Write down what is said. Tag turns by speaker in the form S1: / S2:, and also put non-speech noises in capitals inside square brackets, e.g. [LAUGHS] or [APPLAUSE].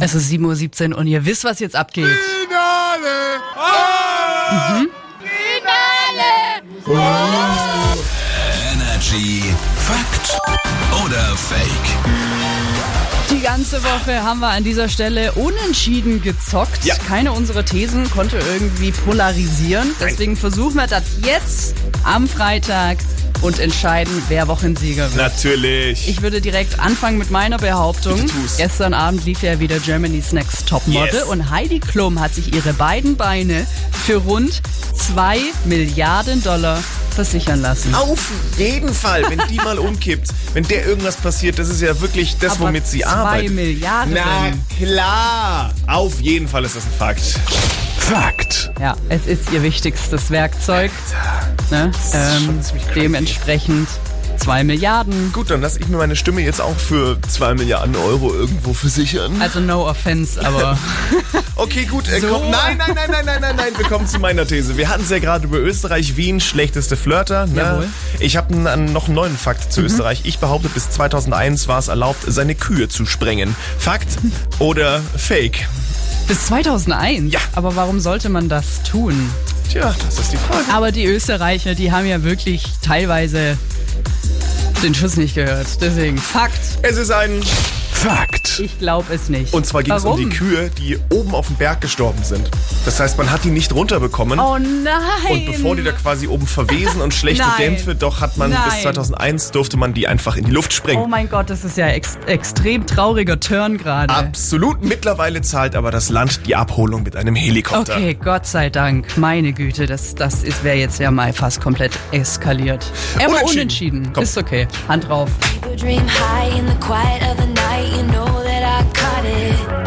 S1: Es ist 7.17 Uhr und ihr wisst, was jetzt abgeht.
S2: Finale!
S1: Ah!
S3: Energy Fakt oder Fake?
S1: Die ganze Woche haben wir an dieser Stelle unentschieden gezockt.
S4: Ja.
S1: Keine unserer Thesen konnte irgendwie polarisieren. Deswegen versuchen wir das jetzt am Freitag und entscheiden, wer Wochensieger wird.
S4: Natürlich.
S1: Ich würde direkt anfangen mit meiner Behauptung.
S4: Bitte tu's.
S1: Gestern Abend lief ja wieder Germany's Next Topmodel
S4: Yes.
S1: und Heidi Klum hat sich ihre beiden Beine für rund 2 Milliarden Dollar versichern lassen.
S4: Auf jeden Fall, wenn die mal umkippt, wenn der irgendwas passiert, das ist ja wirklich das,
S1: Aber
S4: womit sie
S1: zwei
S4: arbeitet.
S1: Milliarden.
S4: Na klar. Auf jeden Fall ist das ein Fakt.
S3: Fakt.
S1: Ja, es ist ihr wichtigstes Werkzeug. Ne?
S4: ist schon
S1: Ähm,
S4: ziemlich crazy.
S1: dementsprechend 2 Milliarden.
S4: Gut, dann lasse ich mir meine Stimme jetzt auch für 2 Milliarden Euro irgendwo versichern.
S1: Also no offense,
S4: [LAUGHS]
S1: aber
S4: Okay, gut, äh,
S1: So.
S4: komm, nein, nein, nein, nein, nein, nein, nein, wir kommen zu meiner These. Wir hatten es ja gerade über Österreich, Wien, schlechteste Flirter. Ne?
S1: Jawohl. Mhm.
S4: Ich habe noch einen neuen Fakt zu Österreich. Ich behaupte, bis 2001 war es erlaubt, seine Kühe zu sprengen. Fakt oder Fake?
S1: bis 2001.
S4: Ja.
S1: Aber warum sollte man das tun?
S4: Tja, das ist die Frage.
S1: Aber die Österreicher, die haben ja wirklich teilweise den Schuss nicht gehört. Deswegen Fakt,
S4: Es ist ein...
S3: Fakt.
S1: ich glaube es nicht.
S4: Und zwar ging es um
S1: Warum?
S4: die Kühe, die oben auf dem Berg gestorben sind. Das heißt, man hat die nicht runterbekommen.
S1: Oh nein.
S4: Und bevor die da quasi oben verwesen und schlechte
S1: Nein.
S4: Dämpfe, doch hat man
S1: Nein.
S4: bis 2001 durfte man die einfach in die Luft sprengen.
S1: Oh mein Gott, das ist ja ex extrem trauriger Turn gerade.
S4: Ah, Absolut. Mittlerweile zahlt aber das Land die Abholung mit einem Helikopter.
S1: Okay, Gott sei Dank. Meine Güte, das, das ist- wäre jetzt ja mal fast komplett eskaliert. Aber
S4: Unentschieden.
S1: unentschieden.
S4: Komm.
S1: Ist okay. Hand drauf.
S5: People dream high in the quiet of the night. You know that I caught it.